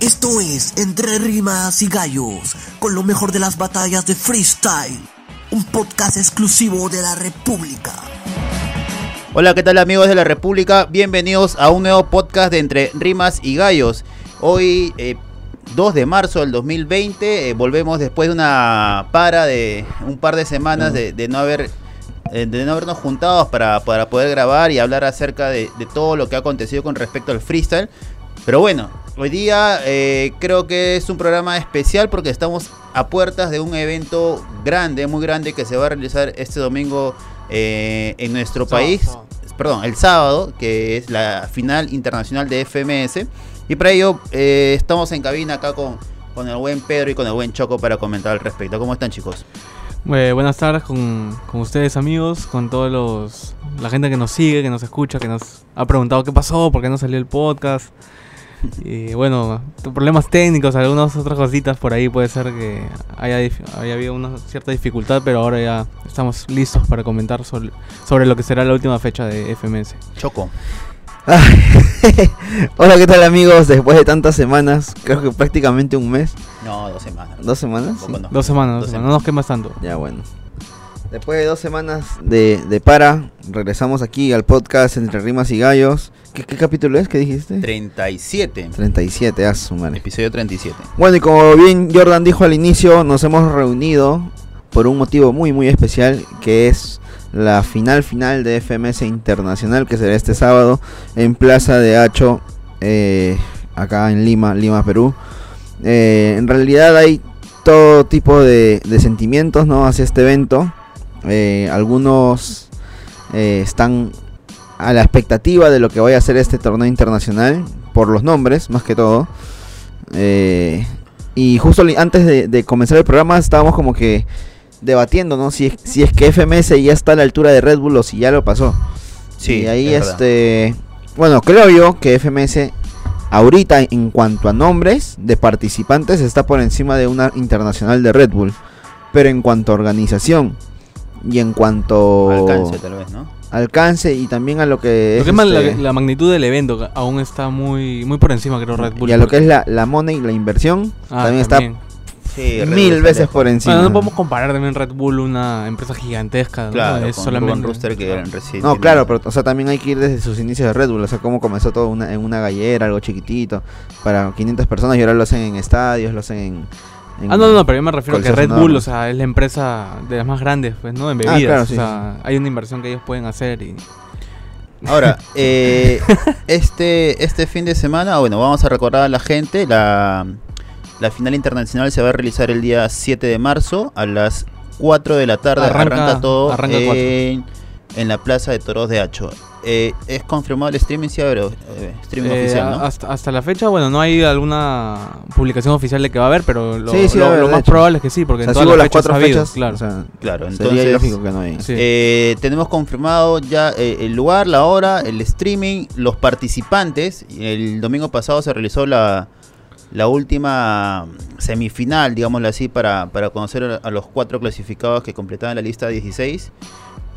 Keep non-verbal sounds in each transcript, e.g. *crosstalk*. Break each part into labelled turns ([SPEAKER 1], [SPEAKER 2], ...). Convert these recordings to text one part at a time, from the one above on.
[SPEAKER 1] Esto es Entre Rimas y Gallos, con lo mejor de las batallas de freestyle, un podcast exclusivo de la República.
[SPEAKER 2] Hola, ¿qué tal amigos de la República? Bienvenidos a un nuevo podcast de Entre Rimas y Gallos. Hoy, eh, 2 de marzo del 2020, eh, volvemos después de una para de un par de semanas de, de no haber eh, de no habernos juntado para, para poder grabar y hablar acerca de, de todo lo que ha acontecido con respecto al freestyle. Pero bueno, hoy día eh, creo que es un programa especial porque estamos a puertas de un evento grande, muy grande, que se va a realizar este domingo eh, en nuestro país. Perdón, el sábado, que es la final internacional de FMS. Y para ello eh, estamos en cabina acá con, con el buen Pedro y con el buen Choco para comentar al respecto. ¿Cómo están chicos?
[SPEAKER 3] Eh, buenas tardes con, con ustedes amigos, con todos los la gente que nos sigue, que nos escucha, que nos ha preguntado qué pasó, por qué no salió el podcast. Y bueno, tu- problemas técnicos, algunas otras cositas por ahí puede ser que haya, dif- haya habido una cierta dificultad, pero ahora ya estamos listos para comentar sobre, sobre lo que será la última fecha de FMS.
[SPEAKER 2] Choco.
[SPEAKER 4] Ay, *laughs* Hola, ¿qué tal amigos? Después de tantas semanas, creo que prácticamente un mes,
[SPEAKER 2] No, dos semanas.
[SPEAKER 4] dos semanas.
[SPEAKER 2] Tampoco
[SPEAKER 4] sí.
[SPEAKER 2] no.
[SPEAKER 3] Dos semanas, dos
[SPEAKER 2] Dos
[SPEAKER 3] semanas, no nos quemas tanto.
[SPEAKER 4] Ya bueno. Después de dos semanas de, de para, regresamos aquí al podcast Entre Rimas y Gallos. ¿Qué, qué capítulo es que dijiste?
[SPEAKER 2] 37.
[SPEAKER 4] 37, ah, su madre.
[SPEAKER 2] Episodio 37.
[SPEAKER 4] Bueno, y como bien Jordan dijo al inicio, nos hemos reunido por un motivo muy muy especial, que es la final final de FMS Internacional, que será este sábado en Plaza de Hacho, eh, acá en Lima, Lima, Perú. Eh, en realidad hay todo tipo de, de sentimientos ¿no? hacia este evento. Eh, algunos eh, están a la expectativa de lo que vaya a ser este torneo internacional, por los nombres más que todo. Eh, y justo li- antes de, de comenzar el programa estábamos como que debatiendo, ¿no? Si, es- si es que FMS ya está a la altura de Red Bull o si ya lo pasó.
[SPEAKER 2] Sí,
[SPEAKER 4] Y ahí
[SPEAKER 2] es eh, verdad.
[SPEAKER 4] este... Bueno, creo yo que FMS ahorita en cuanto a nombres de participantes está por encima de una internacional de Red Bull. Pero en cuanto a organización y en cuanto
[SPEAKER 2] Alcance tal vez, ¿no?
[SPEAKER 4] alcance y también a lo que
[SPEAKER 3] Lo
[SPEAKER 4] es...
[SPEAKER 3] que es más, la,
[SPEAKER 4] este,
[SPEAKER 3] la magnitud del evento que aún está muy, muy por encima, creo, Red Bull.
[SPEAKER 4] y a lo que es la, la money y la inversión
[SPEAKER 3] Ah,
[SPEAKER 4] también está
[SPEAKER 2] Sí,
[SPEAKER 4] mil veces por encima.
[SPEAKER 3] Bueno, no podemos comparar también Red Bull, una empresa gigantesca. ¿no?
[SPEAKER 2] Claro,
[SPEAKER 3] es
[SPEAKER 2] con
[SPEAKER 3] solamente.
[SPEAKER 2] Ruben Rooster que recién
[SPEAKER 4] No,
[SPEAKER 2] tiene- *laughs*
[SPEAKER 4] claro, pero o sea, también hay que ir desde sus inicios de Red Bull, o sea, cómo comenzó todo una- en una gallera, algo chiquitito, para 500 personas y ahora lo hacen en estadios, lo hacen en... en-
[SPEAKER 3] Ah, no, no, pero yo me refiero a que Red
[SPEAKER 4] concesionado.
[SPEAKER 3] Bull, o sea, es la empresa de las más grandes, pues, ¿no? En
[SPEAKER 4] Ah, claro,
[SPEAKER 3] bebidas.
[SPEAKER 4] sí,
[SPEAKER 3] o sea, hay una inversión que ellos pueden hacer y.
[SPEAKER 2] Ahora, eh, este, este fin de semana, bueno, vamos a recordar a la gente, la, la final internacional se va a realizar el día 7 de marzo a las 4 de la tarde. Arranca,
[SPEAKER 3] Arranca-
[SPEAKER 2] todo
[SPEAKER 3] arranca
[SPEAKER 2] en, en la Plaza de Toros de Hacho. Eh, ¿Es confirmado el streaming? Sí, pero, eh, streaming
[SPEAKER 3] Eh,
[SPEAKER 2] oficial, ¿no?
[SPEAKER 3] hasta, hasta la fecha, bueno, no hay alguna publicación oficial de que va a haber, pero lo,
[SPEAKER 4] Sí, sí,
[SPEAKER 3] lo-
[SPEAKER 4] va a haber,
[SPEAKER 3] lo
[SPEAKER 4] de
[SPEAKER 3] más
[SPEAKER 4] hecho.
[SPEAKER 3] probable es que sí, porque
[SPEAKER 4] o
[SPEAKER 3] en
[SPEAKER 4] sea,
[SPEAKER 3] todas
[SPEAKER 4] sigo
[SPEAKER 3] las
[SPEAKER 4] las
[SPEAKER 3] fechas
[SPEAKER 4] cuatro
[SPEAKER 3] ha habido,
[SPEAKER 4] fechas,
[SPEAKER 3] claro.
[SPEAKER 4] o sea,
[SPEAKER 2] Claro, entonces...
[SPEAKER 4] sería ilógico que no haya.
[SPEAKER 3] Sí.
[SPEAKER 2] Eh, tenemos confirmado ya eh, el lugar, la hora, el streaming, los participantes. El domingo pasado se realizó la, la última semifinal, digámoslo así, para, para conocer a- a los cuatro clasificados que completaban la lista 16.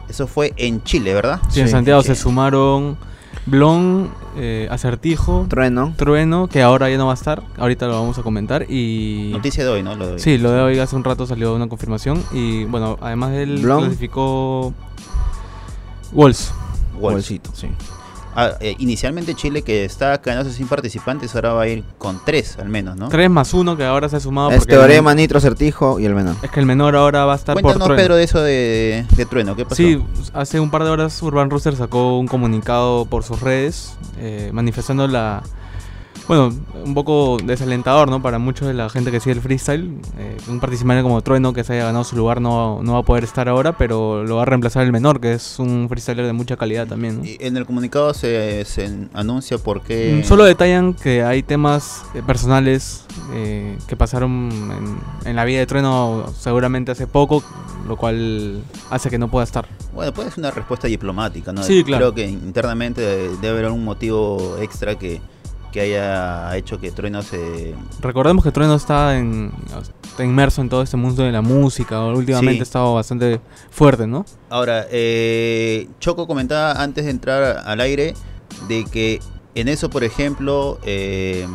[SPEAKER 2] Eso fue en Chile, ¿verdad?
[SPEAKER 3] Sí, en
[SPEAKER 4] Sí,
[SPEAKER 3] Santiago
[SPEAKER 2] sí.
[SPEAKER 3] se sumaron Blon, eh, Acertijo,
[SPEAKER 4] Trueno.
[SPEAKER 3] Trueno, que ahora ya no va a estar, ahorita lo vamos a comentar, y.
[SPEAKER 2] Noticia de hoy, ¿no? Lo de hoy.
[SPEAKER 3] Sí, lo de hoy hace un rato salió una confirmación y bueno, además él
[SPEAKER 4] Blom.
[SPEAKER 3] clasificó Wolves.
[SPEAKER 2] Wolves.
[SPEAKER 4] Bolsito, sí.
[SPEAKER 2] Ah, eh, inicialmente Chile que estaba quedándose sin participantes, ahora va a ir con tres al menos, ¿no?
[SPEAKER 3] 3 más 1 que ahora se ha sumado
[SPEAKER 4] es
[SPEAKER 3] porque el-
[SPEAKER 4] Teorema, Nitro, Certijo y el Venado.
[SPEAKER 3] es que el menor ahora va a estar
[SPEAKER 2] Cuéntanos,
[SPEAKER 3] por Trueno.
[SPEAKER 2] Pedro, de eso de, de Trueno. ¿Qué pasó?
[SPEAKER 3] Sí, hace un par de horas Urban Rooster sacó un comunicado por sus redes eh, manifestando la... Bueno, un poco desalentador, ¿no? Para muchos de la gente que sigue el freestyle. Eh, un participante como Trueno que se haya ganado su lugar no, no va a poder estar ahora, pero lo va a reemplazar el menor, que es un freestyler de mucha calidad también. ¿no?
[SPEAKER 2] Y En el comunicado se, se anuncia por qué.
[SPEAKER 3] Mm, Solo detallan que hay temas eh, personales eh, que pasaron en, en la vida de Trueno seguramente hace poco, lo cual hace que no pueda estar.
[SPEAKER 2] Bueno, puede ser una respuesta diplomática, ¿no?
[SPEAKER 3] Sí, claro.
[SPEAKER 2] Creo que internamente debe haber un motivo extra que, que haya hecho que Trueno se.
[SPEAKER 3] Recordemos que Trueno está, en, está inmerso en todo este mundo de la música, últimamente
[SPEAKER 2] Sí.
[SPEAKER 3] ha estado bastante fuerte, ¿no?
[SPEAKER 2] Ahora, eh, Choco comentaba antes de entrar al aire de que en eso, por ejemplo, eh,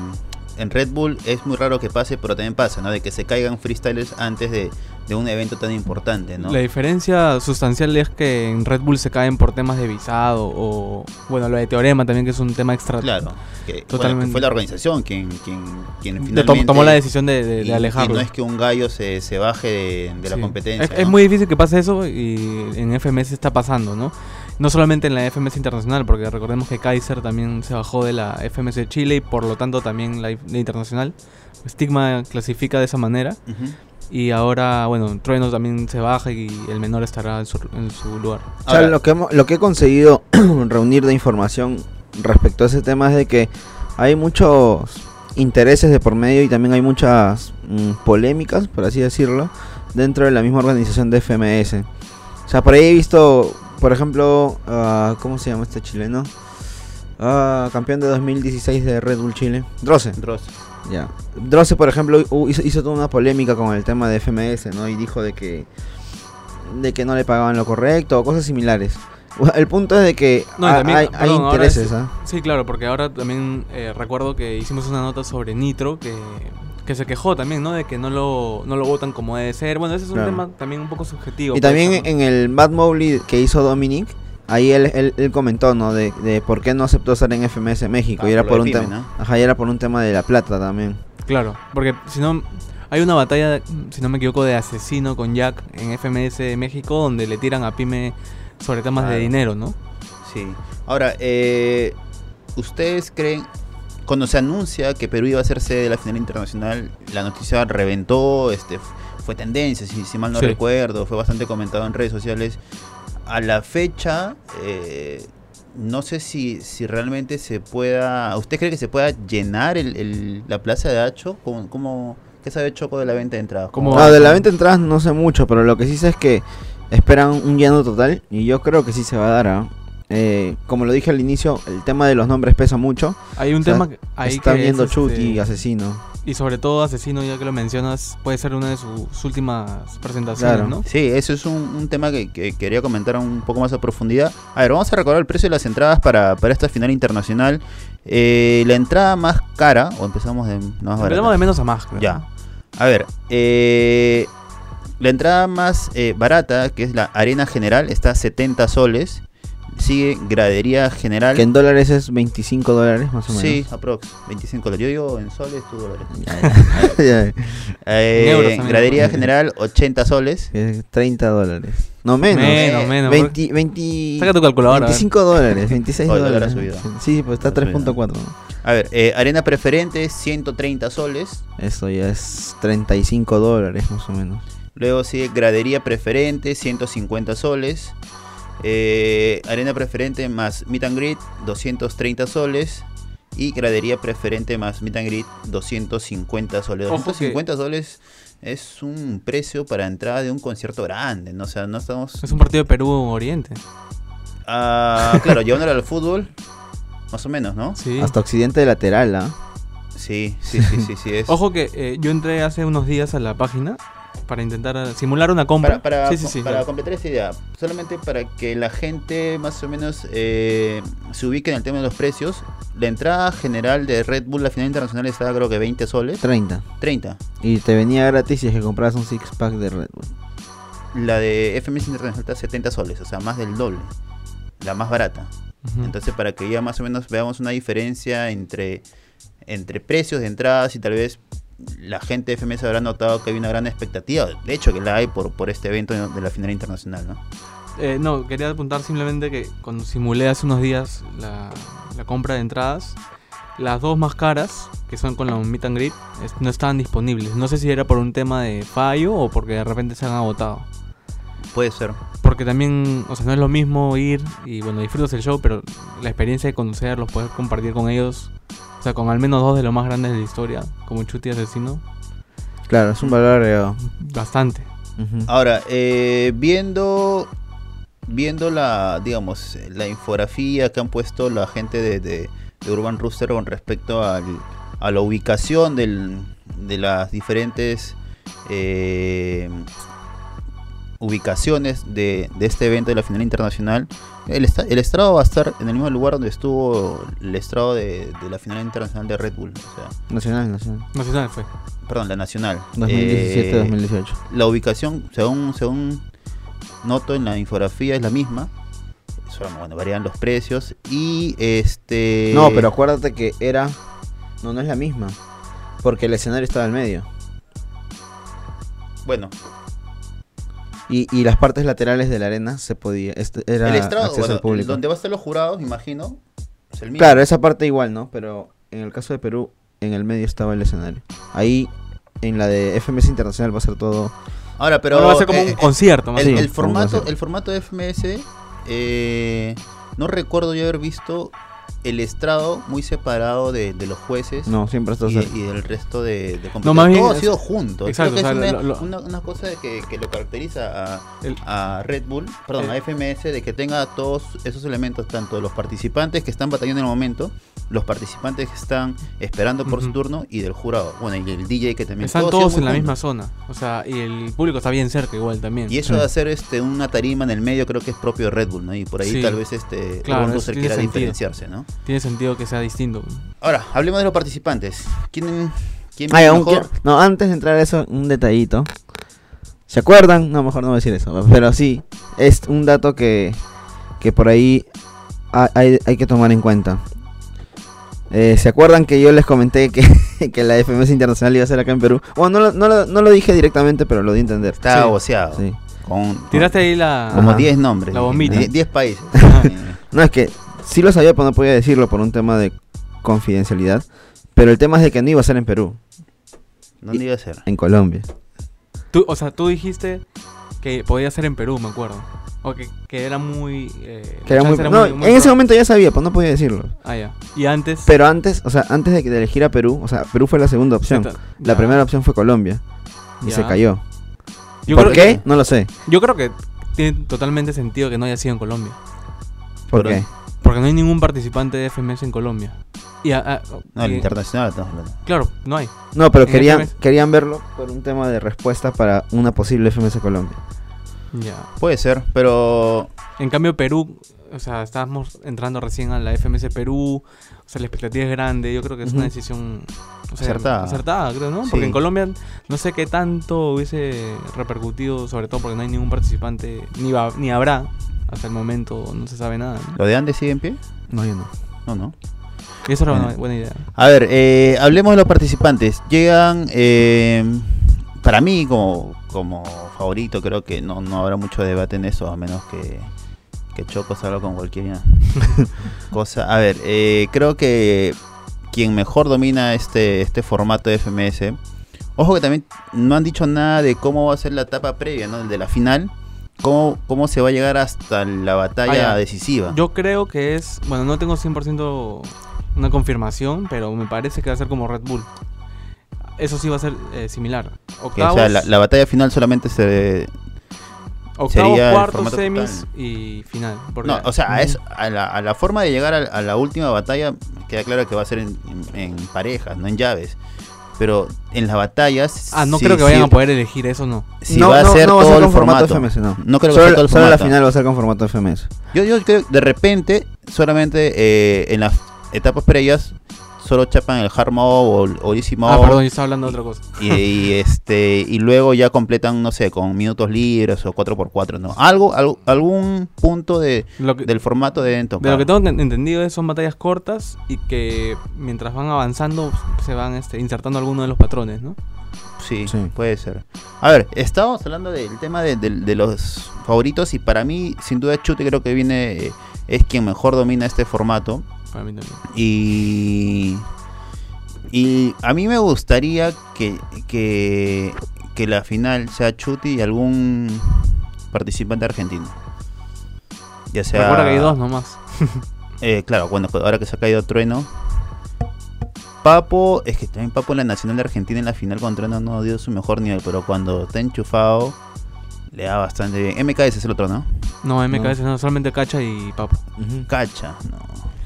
[SPEAKER 2] en Red Bull es muy raro que pase, pero también pasa, ¿no? De que se caigan freestylers antes de, de un evento tan importante, Eh, ¿no?
[SPEAKER 3] La diferencia sustancial es que en Red Bull se caen por temas de visado o, bueno, lo de teorema también, que es un tema extra.
[SPEAKER 2] Claro, que, bueno,
[SPEAKER 3] Totalmente.
[SPEAKER 2] que fue la organización quien, quien, quien
[SPEAKER 3] De-
[SPEAKER 2] finalmente...
[SPEAKER 3] tom- tomó la decisión de, de- de
[SPEAKER 2] y-
[SPEAKER 3] alejarlo.
[SPEAKER 2] Y no es que un gallo se, se baje de, de la
[SPEAKER 3] Sí.
[SPEAKER 2] competencia.
[SPEAKER 3] Es, es
[SPEAKER 2] ¿no?
[SPEAKER 3] muy difícil que pase eso y en FMS está pasando, ¿no? No solamente en la FMS internacional, porque recordemos que Kaiser también se bajó de la FMS de Chile y por lo tanto también la, la internacional. Stigma clasifica de esa manera
[SPEAKER 2] Ujú.
[SPEAKER 3] y ahora, bueno, Trueno también se baja y el menor estará en su, en su lugar.
[SPEAKER 4] O sea,
[SPEAKER 2] Ahora,
[SPEAKER 4] lo que, hemos- lo que he conseguido *clears throat* reunir de información respecto a ese tema es de que hay muchos intereses de por medio y también hay muchas mm, polémicas, por así decirlo, dentro de la misma organización de FMS. O sea, por ahí he visto, por ejemplo, ah, ¿cómo se llama este chileno? Ah, campeón de 2016 de Red Bull Chile, Droce.
[SPEAKER 2] Dross.
[SPEAKER 4] Ya. Droce, por ejemplo, hu- hizo, hizo toda una polémica con el tema de FMS, ¿no? Y dijo de que de que no le pagaban lo correcto o cosas similares. Bueno, El punto es de que
[SPEAKER 3] No, y
[SPEAKER 4] ha-
[SPEAKER 3] también,
[SPEAKER 4] Ah, hay, hay
[SPEAKER 3] perdón, ahora
[SPEAKER 4] intereses,
[SPEAKER 3] es-
[SPEAKER 4] ¿ah?
[SPEAKER 3] Sí, claro, porque ahora también eh, recuerdo que hicimos una nota sobre Nitro que, que se quejó también, ¿no? De que no lo, no lo votan como debe ser. Bueno, ese es un
[SPEAKER 4] Claro.
[SPEAKER 3] tema también un poco subjetivo.
[SPEAKER 4] Y
[SPEAKER 3] puede ser,
[SPEAKER 4] también
[SPEAKER 3] ¿no?
[SPEAKER 4] en el Bad Mowgli que hizo Dominic, ahí él, él- él comentó, ¿no? De, de por qué no aceptó estar en FMS México.
[SPEAKER 2] Ah,
[SPEAKER 4] y era
[SPEAKER 2] por
[SPEAKER 4] por,
[SPEAKER 2] lo
[SPEAKER 4] un
[SPEAKER 2] de
[SPEAKER 4] tema.
[SPEAKER 2] Pyme,
[SPEAKER 4] Ajá, y era por un tema de la plata también.
[SPEAKER 3] Claro, porque si no, hay una batalla, si no me equivoco, de asesino con Jack en FMS de México, donde le tiran a Pyme sobre temas de
[SPEAKER 2] Claro.
[SPEAKER 3] dinero, ¿no?
[SPEAKER 2] Sí. Ahora, eh, ¿ustedes creen, cuando se anuncia que Perú iba a ser sede de la final internacional, la noticia reventó, este, f- fue tendencia, si, si mal no
[SPEAKER 3] Sí.
[SPEAKER 2] recuerdo, fue bastante comentado en redes sociales. A la fecha, eh, no sé si, si realmente se pueda, ¿usted cree que se pueda llenar el- el- la plaza de Hacho? ¿Cómo, cómo, qué sabe Choco de la venta de entradas?
[SPEAKER 3] ¿Cómo
[SPEAKER 4] No,
[SPEAKER 3] va?
[SPEAKER 4] Ah, de la venta de entradas no sé mucho, pero lo que sí sé es que esperan un lleno total y yo creo que sí se va a dar. ¿ah? Eh, como lo dije al inicio, el tema de los nombres pesa mucho.
[SPEAKER 3] Hay un
[SPEAKER 4] O sea,
[SPEAKER 3] tema que- ahí
[SPEAKER 4] Están
[SPEAKER 3] que es,
[SPEAKER 4] viendo Chut
[SPEAKER 3] este,
[SPEAKER 4] y Asesino.
[SPEAKER 3] y sobre todo Asesino, ya que lo mencionas, puede ser una de sus últimas presentaciones,
[SPEAKER 4] Claro.
[SPEAKER 3] ¿no?
[SPEAKER 2] Sí, eso es un, un tema que, que quería comentar un poco más a profundidad. A ver, vamos a recordar el precio de las entradas para, para esta final internacional. Eh, la entrada más cara, o empezamos de más
[SPEAKER 3] Empezamos de
[SPEAKER 2] barata.
[SPEAKER 3] menos a más, creo.
[SPEAKER 2] Ya. A ver, eh, la entrada más eh, barata, que es la arena general, está a 70 soles. Sigue gradería general.
[SPEAKER 4] Que en dólares es 25 dólares más o menos.
[SPEAKER 2] Sí, aprox. 25 dólares. Yo digo en soles, tú dólares.
[SPEAKER 4] *laughs* Ya,
[SPEAKER 2] Eh,
[SPEAKER 3] En euros también.
[SPEAKER 2] gradería general, 80 soles.
[SPEAKER 4] que es 30 dólares. No menos.
[SPEAKER 3] Menos, menos.
[SPEAKER 4] 20, 20
[SPEAKER 3] Saca tu ¿eh? calculadora. a ver.
[SPEAKER 4] 25 dólares, 26
[SPEAKER 2] Oh, el dólar ha
[SPEAKER 4] dólares.
[SPEAKER 2] subido.
[SPEAKER 4] Sí, pues está
[SPEAKER 2] Ha subido.
[SPEAKER 4] 3.4.
[SPEAKER 2] A ver, eh, arena preferente, 130 soles.
[SPEAKER 4] Eso ya es 35 dólares más o menos.
[SPEAKER 2] Luego sigue gradería preferente, 150 soles. Eh, arena preferente más meet and greet, 230 soles. Y gradería preferente más meet and greet, 250 soles.
[SPEAKER 3] Ojo que-
[SPEAKER 2] 250 soles es un precio para entrada de un concierto grande, ¿no? O sea, no
[SPEAKER 3] *laughs*
[SPEAKER 2] estamos...
[SPEAKER 3] Es un partido de Perú-Oriente.
[SPEAKER 2] Ah, claro, llevándolo al fútbol, más o menos, ¿no?
[SPEAKER 3] Sí.
[SPEAKER 4] Hasta Occidente lateral, ¿ah?
[SPEAKER 2] Sí, sí, sí, sí,
[SPEAKER 3] *laughs*
[SPEAKER 2] sí. Es...
[SPEAKER 3] Ojo que eh, yo entré hace unos días a la página para intentar eh, simular una
[SPEAKER 2] Para,
[SPEAKER 3] compra.
[SPEAKER 2] para-
[SPEAKER 3] sí, sí, sí.
[SPEAKER 2] para
[SPEAKER 3] ya.
[SPEAKER 2] completar esta idea, solamente para que la gente más o menos eh, se ubique en el tema de los precios, la entrada general de Red Bull la final internacional estaba creo que 20 soles,
[SPEAKER 4] 30.
[SPEAKER 2] 30.
[SPEAKER 4] Y te venía gratis si es que comprabas un six pack de Red Bull.
[SPEAKER 2] La de FMS Internacional está 70 soles, o sea, más del doble, la más barata.
[SPEAKER 3] Ujú.
[SPEAKER 2] Entonces, para que ya más o menos veamos una diferencia entre, entre precios de entradas y tal vez la gente de FMS habrá notado que hay una gran expectativa, de hecho que la hay por, por este evento de la final internacional, ¿no?
[SPEAKER 3] Eh, no, quería apuntar simplemente que cuando simulé hace unos días la, la compra de entradas, las dos más caras, que son con la Meet and Greet, es- no estaban disponibles. No sé si era por un tema de fallo o porque de repente se han agotado.
[SPEAKER 2] Puede ser.
[SPEAKER 3] Porque también, o sea, no es lo mismo ir y bueno, disfrutas el show, pero la experiencia de conocerlos, poder compartir con ellos, o sea, con al menos dos de los más grandes de la historia, como Chuti y Asesino,
[SPEAKER 4] Claro, es un valor agregado. Ah.
[SPEAKER 3] bastante.
[SPEAKER 4] Ujú.
[SPEAKER 2] Ahora, eh, viendo viendo la, digamos, la infografía que han puesto la gente de, de- de Urban Rooster con respecto al- a la ubicación del- de las diferentes eh, ubicaciones de, de este evento de la final internacional. El, esta- el estrado va a estar en el mismo lugar donde estuvo el estrado de, de la final internacional de Red Bull, o sea,
[SPEAKER 4] Nacional, nacional.
[SPEAKER 3] Nacional fue.
[SPEAKER 2] perdón, la nacional.
[SPEAKER 4] 2017,
[SPEAKER 2] Eh,
[SPEAKER 4] 2018.
[SPEAKER 2] la ubicación, según, según noto en la infografía, es la misma. Solo, bueno, varían los precios. Y este.
[SPEAKER 4] No, pero acuérdate que era. No, no es la misma. Porque el escenario estaba al medio.
[SPEAKER 2] Bueno,
[SPEAKER 4] Y, y las partes laterales de la arena se podía. este- era
[SPEAKER 2] el estrado,
[SPEAKER 4] acceso al
[SPEAKER 2] bueno,
[SPEAKER 4] público.
[SPEAKER 2] donde va a estar los jurados, imagino, es el mismo.
[SPEAKER 4] Claro, esa parte igual, ¿no? Pero en el caso de Perú, en el medio estaba el escenario. Ahí, en la de FMS Internacional, va a ser todo.
[SPEAKER 2] Ahora, pero.
[SPEAKER 3] Ahora va a ser como
[SPEAKER 2] eh,
[SPEAKER 3] un concierto, más
[SPEAKER 2] el,
[SPEAKER 4] Sí,
[SPEAKER 3] o
[SPEAKER 2] el
[SPEAKER 3] menos.
[SPEAKER 4] como
[SPEAKER 2] formato,
[SPEAKER 4] concierto.
[SPEAKER 2] el formato de FMS, eh, no recuerdo yo haber visto el estrado muy separado de, de los jueces.
[SPEAKER 4] No, siempre está
[SPEAKER 2] y,
[SPEAKER 4] cerca.
[SPEAKER 2] y del resto de, de
[SPEAKER 3] No, más
[SPEAKER 2] competidores.
[SPEAKER 3] bien
[SPEAKER 2] Todo ha
[SPEAKER 3] es-
[SPEAKER 2] sido junto.
[SPEAKER 3] Exacto,
[SPEAKER 2] Creo que
[SPEAKER 3] o sea,
[SPEAKER 2] es una,
[SPEAKER 3] lo- lo-
[SPEAKER 2] una- una cosa de que, que lo caracteriza a,
[SPEAKER 3] El-
[SPEAKER 2] a Red Bull, perdón,
[SPEAKER 3] el-
[SPEAKER 2] a FMS, de que tenga todos esos elementos, tanto los participantes que están batallando en el momento, los participantes que están esperando por su
[SPEAKER 3] Ujú.
[SPEAKER 2] turno y del jurado. Bueno, y el DJ que también.
[SPEAKER 3] Están
[SPEAKER 2] Todo ha sido
[SPEAKER 3] todos
[SPEAKER 2] muy
[SPEAKER 3] en la
[SPEAKER 2] junto.
[SPEAKER 3] misma zona. O sea, y el público está bien cerca igual también. Mm.
[SPEAKER 2] Y eso de hacer este una tarima en el medio creo que es propio de Red Bull, ¿no? Y por ahí
[SPEAKER 3] Sí.
[SPEAKER 2] tal vez este
[SPEAKER 3] Claro,
[SPEAKER 2] Urban
[SPEAKER 3] eso
[SPEAKER 2] Husser
[SPEAKER 3] tiene
[SPEAKER 2] quiera
[SPEAKER 3] sentido.
[SPEAKER 2] diferenciarse, ¿no?
[SPEAKER 3] Tiene sentido que sea distinto.
[SPEAKER 2] Ahora, hablemos de los participantes. ¿Quién, quién
[SPEAKER 4] Ay,
[SPEAKER 2] es
[SPEAKER 4] aún
[SPEAKER 2] mejor?
[SPEAKER 4] quiero- No, antes de entrar a eso, un detallito. ¿Se acuerdan? No, mejor no voy a decir eso. Pero sí, es un dato que, que por ahí ha- hay, hay que tomar en cuenta. Eh, ¿Se acuerdan que yo les comenté que, que *laughs* la FMS Internacional iba a ser acá en Perú? Bueno, no lo, no lo- no lo dije directamente, pero lo di a entender.
[SPEAKER 2] Está
[SPEAKER 3] Sí.
[SPEAKER 2] boceado.
[SPEAKER 4] Sí.
[SPEAKER 2] Con,
[SPEAKER 3] Tiraste ahí la.
[SPEAKER 2] como
[SPEAKER 4] Ajá.
[SPEAKER 2] 10 nombres.
[SPEAKER 3] La bombita.
[SPEAKER 2] 10
[SPEAKER 3] *laughs*
[SPEAKER 2] países. Eh,
[SPEAKER 4] No, es que sí lo sabía, pero no podía decirlo por un tema de confidencialidad. Pero el tema es de que no iba a ser en Perú,
[SPEAKER 2] ¿Dónde iba a ser?
[SPEAKER 4] en Colombia.
[SPEAKER 3] Tú, o sea, tú dijiste que podía ser en Perú, me acuerdo. O que, que era muy. eh,
[SPEAKER 4] Que era
[SPEAKER 3] la
[SPEAKER 4] muy-
[SPEAKER 3] chance
[SPEAKER 4] no, en ese momento ya sabía, pero no podía decirlo.
[SPEAKER 3] Ah, ya. Y antes.
[SPEAKER 4] Pero antes, o sea, antes de, que- de elegir a Perú, o sea, Perú fue la segunda opción.
[SPEAKER 3] Ya.
[SPEAKER 4] La primera opción fue Colombia. Y
[SPEAKER 3] Ya.
[SPEAKER 4] se cayó.
[SPEAKER 3] Yo
[SPEAKER 4] ¿Por
[SPEAKER 3] creo
[SPEAKER 4] qué? No lo sé.
[SPEAKER 3] que- yo creo que tiene totalmente sentido que no haya sido en Colombia.
[SPEAKER 4] ¿Por
[SPEAKER 2] Pero-
[SPEAKER 4] qué?
[SPEAKER 3] Porque no hay ningún participante de FMS en Colombia. Y, a- a-
[SPEAKER 2] No, el
[SPEAKER 3] y-
[SPEAKER 2] internacional estamos hablando.
[SPEAKER 3] Claro, no hay.
[SPEAKER 4] No, pero
[SPEAKER 3] en
[SPEAKER 4] querían,
[SPEAKER 3] FMS.
[SPEAKER 4] querían verlo por un tema de respuesta para una posible FMS Colombia.
[SPEAKER 3] Ya.
[SPEAKER 2] Puede ser, pero
[SPEAKER 3] En cambio, Perú. O sea, estábamos entrando recién a la FMS Perú. O sea, la expectativa es grande. Yo creo que es
[SPEAKER 4] Ujú.
[SPEAKER 3] una decisión. o sea,
[SPEAKER 2] Acertada.
[SPEAKER 3] Acertada, creo, ¿no?
[SPEAKER 2] Sí.
[SPEAKER 3] Porque en Colombia no sé qué tanto hubiese repercutido. Sobre todo porque no hay ningún participante. Ni, va- ni habrá. Hasta el momento no se sabe nada. ¿no?
[SPEAKER 2] ¿lo de Andes sigue en pie?
[SPEAKER 4] No, yo no.
[SPEAKER 2] No, no.
[SPEAKER 3] Y eso era una
[SPEAKER 2] Bueno.
[SPEAKER 3] buena idea.
[SPEAKER 2] A ver, eh, hablemos de los participantes. Llegan, eh, para mí como, como favorito, creo que no, no habrá mucho debate en eso, a menos que, que Choco salga con
[SPEAKER 3] *laughs*
[SPEAKER 2] cualquier cosa. A ver, eh, creo que quien mejor domina este, este formato de FMS, ojo que también no han dicho nada de cómo va a ser la etapa previa, ¿no? El de la final, cómo, cómo se va a llegar hasta la batalla
[SPEAKER 3] Ah, ya.
[SPEAKER 2] decisiva.
[SPEAKER 3] Yo creo que es, bueno, no tengo 100% una confirmación, pero me parece que va a ser como Red Bull. Eso sí va a ser eh, similar.
[SPEAKER 2] Que, o
[SPEAKER 3] Octavos,
[SPEAKER 2] sea, la, la batalla final solamente se,
[SPEAKER 3] octavos,
[SPEAKER 2] sería el
[SPEAKER 3] cuartos,
[SPEAKER 2] formato
[SPEAKER 3] semis
[SPEAKER 2] total.
[SPEAKER 3] y final. porque-
[SPEAKER 2] No, o sea, a,
[SPEAKER 4] Mm.
[SPEAKER 2] eso- a, la, a la forma de llegar al- a, la última batalla, queda claro que va a ser en, en- en parejas, no en llaves. Pero en las batallas.
[SPEAKER 3] ah, no
[SPEAKER 2] sí-
[SPEAKER 3] creo que
[SPEAKER 2] sí-
[SPEAKER 3] vayan a poder elegir eso, no.
[SPEAKER 2] sí
[SPEAKER 4] no,
[SPEAKER 2] va a
[SPEAKER 4] no,
[SPEAKER 2] ser
[SPEAKER 4] no va a
[SPEAKER 2] todo
[SPEAKER 4] ser
[SPEAKER 2] el
[SPEAKER 4] con
[SPEAKER 2] formato.
[SPEAKER 4] formato, FMS, no.
[SPEAKER 2] No creo que
[SPEAKER 4] solo,
[SPEAKER 2] sea todo el
[SPEAKER 4] solo la
[SPEAKER 2] formato.
[SPEAKER 4] final va a ser con formato FMS.
[SPEAKER 2] Yo, yo creo que de repente, solamente eh, en las etapas previas, solo chapan el hard mode o, o easy mode.
[SPEAKER 3] ah, perdón, yo estaba hablando de otra cosa.
[SPEAKER 2] Y,
[SPEAKER 4] *laughs*
[SPEAKER 2] y, este y luego ya completan, no sé, con minutos libres o 4x4, ¿no? Algo, algo- algún punto de,
[SPEAKER 3] Lo que-
[SPEAKER 2] del formato de
[SPEAKER 3] de lo que tengo ent- entendido es son batallas cortas y que mientras van avanzando se van este, insertando algunos de los patrones, ¿no?
[SPEAKER 2] Sí,
[SPEAKER 4] Sí.
[SPEAKER 2] puede ser. A ver, estábamos hablando del tema de, de- de los favoritos y para mí, sin duda, Chute creo que viene, eh, es quien mejor domina este formato.
[SPEAKER 3] Para mí también.
[SPEAKER 2] Y, y a mí me gustaría que, que, que la final sea Chute y algún participante argentino. Ya sea...
[SPEAKER 3] Recuerda que hay dos nomás.
[SPEAKER 2] Eh, claro, bueno, ahora que se ha caído Trueno. Papo, es que también Papo en la Nacional de Argentina en la final con Trueno no dio su mejor nivel, pero cuando está enchufado le da bastante bien. MKS es el otro, ¿no?
[SPEAKER 3] No, MKS no, solamente Cacha y Papo.
[SPEAKER 2] Cacha, no.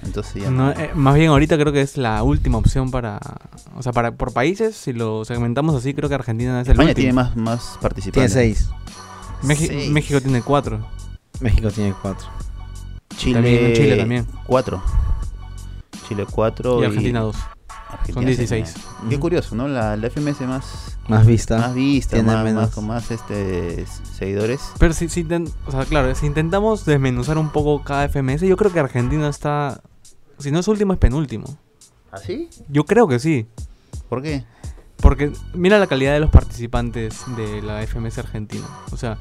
[SPEAKER 2] Entonces ya.
[SPEAKER 3] No,
[SPEAKER 2] no.
[SPEAKER 3] eh, más bien ahorita creo que es la última opción para, o sea, para por países, si lo segmentamos así, creo que Argentina es el
[SPEAKER 2] España
[SPEAKER 3] último.
[SPEAKER 2] tiene más, más
[SPEAKER 4] Tiene
[SPEAKER 2] participantes.
[SPEAKER 4] seis.
[SPEAKER 3] Meji-
[SPEAKER 2] Seis.
[SPEAKER 3] México tiene cuatro.
[SPEAKER 4] México tiene cuatro.
[SPEAKER 2] Chile,
[SPEAKER 3] También, Chile también.
[SPEAKER 2] 4. Chile 4
[SPEAKER 3] Y Argentina dos. Son 16.
[SPEAKER 2] Qué
[SPEAKER 4] Ujú.
[SPEAKER 2] curioso, ¿no? La, la FMS más,
[SPEAKER 4] Más vista.
[SPEAKER 2] más vista,
[SPEAKER 4] tiene
[SPEAKER 2] más,
[SPEAKER 4] menos.
[SPEAKER 2] más- con más este, s- seguidores.
[SPEAKER 3] Pero si, si inten- o sea, claro, si intentamos desmenuzar un poco cada FMS, yo creo que Argentina está. Si no es último, es penúltimo.
[SPEAKER 2] ¿Así?
[SPEAKER 3] Yo creo que sí.
[SPEAKER 2] ¿Por qué?
[SPEAKER 3] Porque mira la calidad de los participantes de la FMS Argentina. O sea,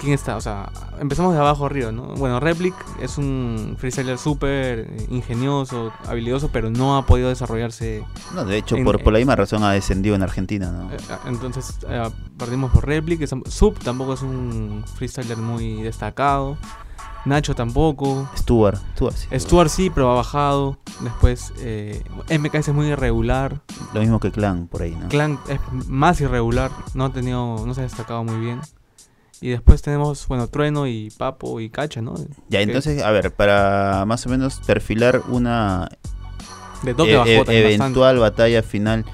[SPEAKER 3] ¿quién está? O sea, empezamos de abajo arriba, ¿no? Bueno, Replic es un freestyler súper ingenioso, habilidoso, pero no ha podido desarrollarse.
[SPEAKER 2] No, de hecho,
[SPEAKER 3] En-
[SPEAKER 2] por, por la misma razón ha descendido en Argentina, ¿no?
[SPEAKER 3] Eh, Entonces, eh, partimos por Replic. es- Sub tampoco es un freestyler muy destacado. Nacho tampoco.
[SPEAKER 2] Stuart, Stuart, sí.
[SPEAKER 3] Stuart sí, pero ha bajado. Después, eh, MKS es muy irregular.
[SPEAKER 2] Lo mismo que Clan, por ahí, ¿no?
[SPEAKER 3] Clan es más irregular, no ha tenido, no se ha destacado muy bien. Y después tenemos, bueno, Trueno y Papo y Cacha, ¿no?
[SPEAKER 2] Ya,
[SPEAKER 3] Que
[SPEAKER 2] entonces, a ver, para más o menos perfilar una
[SPEAKER 3] De toque
[SPEAKER 2] e-
[SPEAKER 3] bajó
[SPEAKER 2] e-
[SPEAKER 3] también bastante.
[SPEAKER 2] eventual batalla final,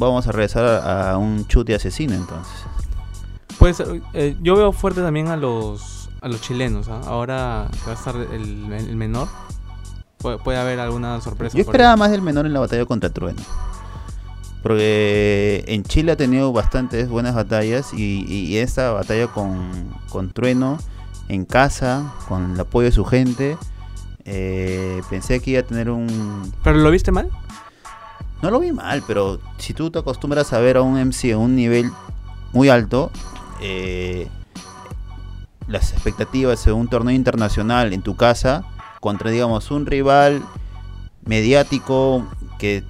[SPEAKER 2] vamos a regresar a, a un chute asesino, entonces.
[SPEAKER 3] Pues eh, yo veo fuerte también a los a los chilenos, ¿ah? ahora que va a estar el, el menor. Puede, puede haber alguna sorpresa.
[SPEAKER 2] Yo
[SPEAKER 3] por ahí.
[SPEAKER 2] esperaba más del menor en la batalla contra Trueno. Porque en Chile ha tenido bastantes buenas batallas y, y esta batalla con, con Trueno en casa, con el apoyo de su gente, eh, pensé que iba a tener un...
[SPEAKER 3] ¿Pero lo viste mal?
[SPEAKER 2] No lo vi mal, pero si tú te acostumbras a ver a un MC a un nivel muy alto, eh, las expectativas en un torneo internacional en tu casa contra, digamos, un rival mediático que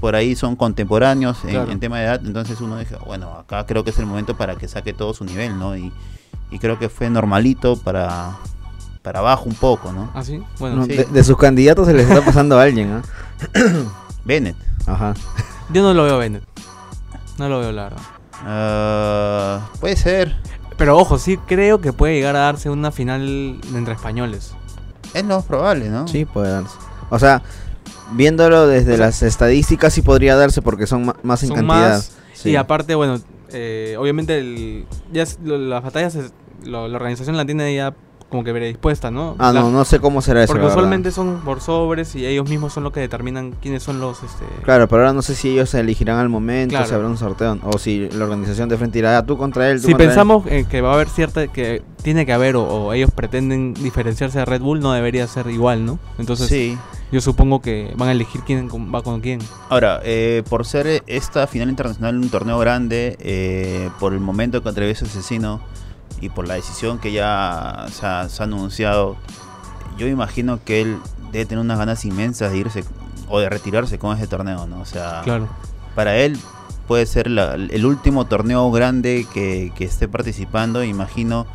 [SPEAKER 2] por ahí son contemporáneos en,
[SPEAKER 3] Claro.
[SPEAKER 2] en tema de edad, entonces uno dice, bueno, acá creo que es el momento para que saque todo su nivel, ¿no? Y, y creo que fue normalito para, para abajo un poco, ¿no?
[SPEAKER 3] ¿Ah, sí? Bueno,
[SPEAKER 4] No,
[SPEAKER 2] sí.
[SPEAKER 4] de, de sus candidatos se les está pasando a alguien, ¿ah?
[SPEAKER 2] Bennett.
[SPEAKER 4] Ajá.
[SPEAKER 3] yo no lo veo a Bennett. No lo veo, la verdad.
[SPEAKER 2] ah, puede ser.
[SPEAKER 3] Pero ojo, sí creo que puede llegar a darse una final entre españoles.
[SPEAKER 2] Es lo más probable, ¿no?
[SPEAKER 4] Sí, puede darse. O sea, viéndolo desde
[SPEAKER 3] O sea-
[SPEAKER 4] las estadísticas, sí podría darse porque son ma- más en
[SPEAKER 3] Son
[SPEAKER 4] cantidad.
[SPEAKER 3] más,
[SPEAKER 4] Sí.
[SPEAKER 3] Y aparte, bueno, eh, obviamente el, ya es- lo- las batallas, es- lo- la organización la tiene ya como que predispuesta, ¿no?
[SPEAKER 4] Ah,
[SPEAKER 3] La-
[SPEAKER 4] no, no sé cómo será eso.
[SPEAKER 3] Porque
[SPEAKER 4] la verdad.
[SPEAKER 3] usualmente son por sobres y ellos mismos son los que determinan quiénes son los... Este,
[SPEAKER 4] Claro, pero ahora no sé si ellos se elegirán al momento,
[SPEAKER 3] Claro.
[SPEAKER 4] si habrá un sorteo, o si la organización de frente irá "Ah, tú contra él. tú
[SPEAKER 3] si
[SPEAKER 4] contra él".
[SPEAKER 3] pensamos eh, que va a haber cierta... que tiene que haber o, o ellos pretenden diferenciarse de Red Bull, no debería ser igual, ¿no? Entonces
[SPEAKER 2] sí.
[SPEAKER 3] yo supongo que van a elegir quién con- va con quién.
[SPEAKER 2] Ahora, eh, por ser esta final internacional un torneo grande, eh, por el momento que atraviesa Asesino y por la decisión que ya se ha, se ha anunciado, yo imagino que él debe tener unas ganas inmensas de irse o de retirarse con este torneo, ¿no? O
[SPEAKER 4] Ah.
[SPEAKER 2] sea,
[SPEAKER 3] Claro.
[SPEAKER 2] para él puede ser la- el último torneo grande que, que esté participando. Imagino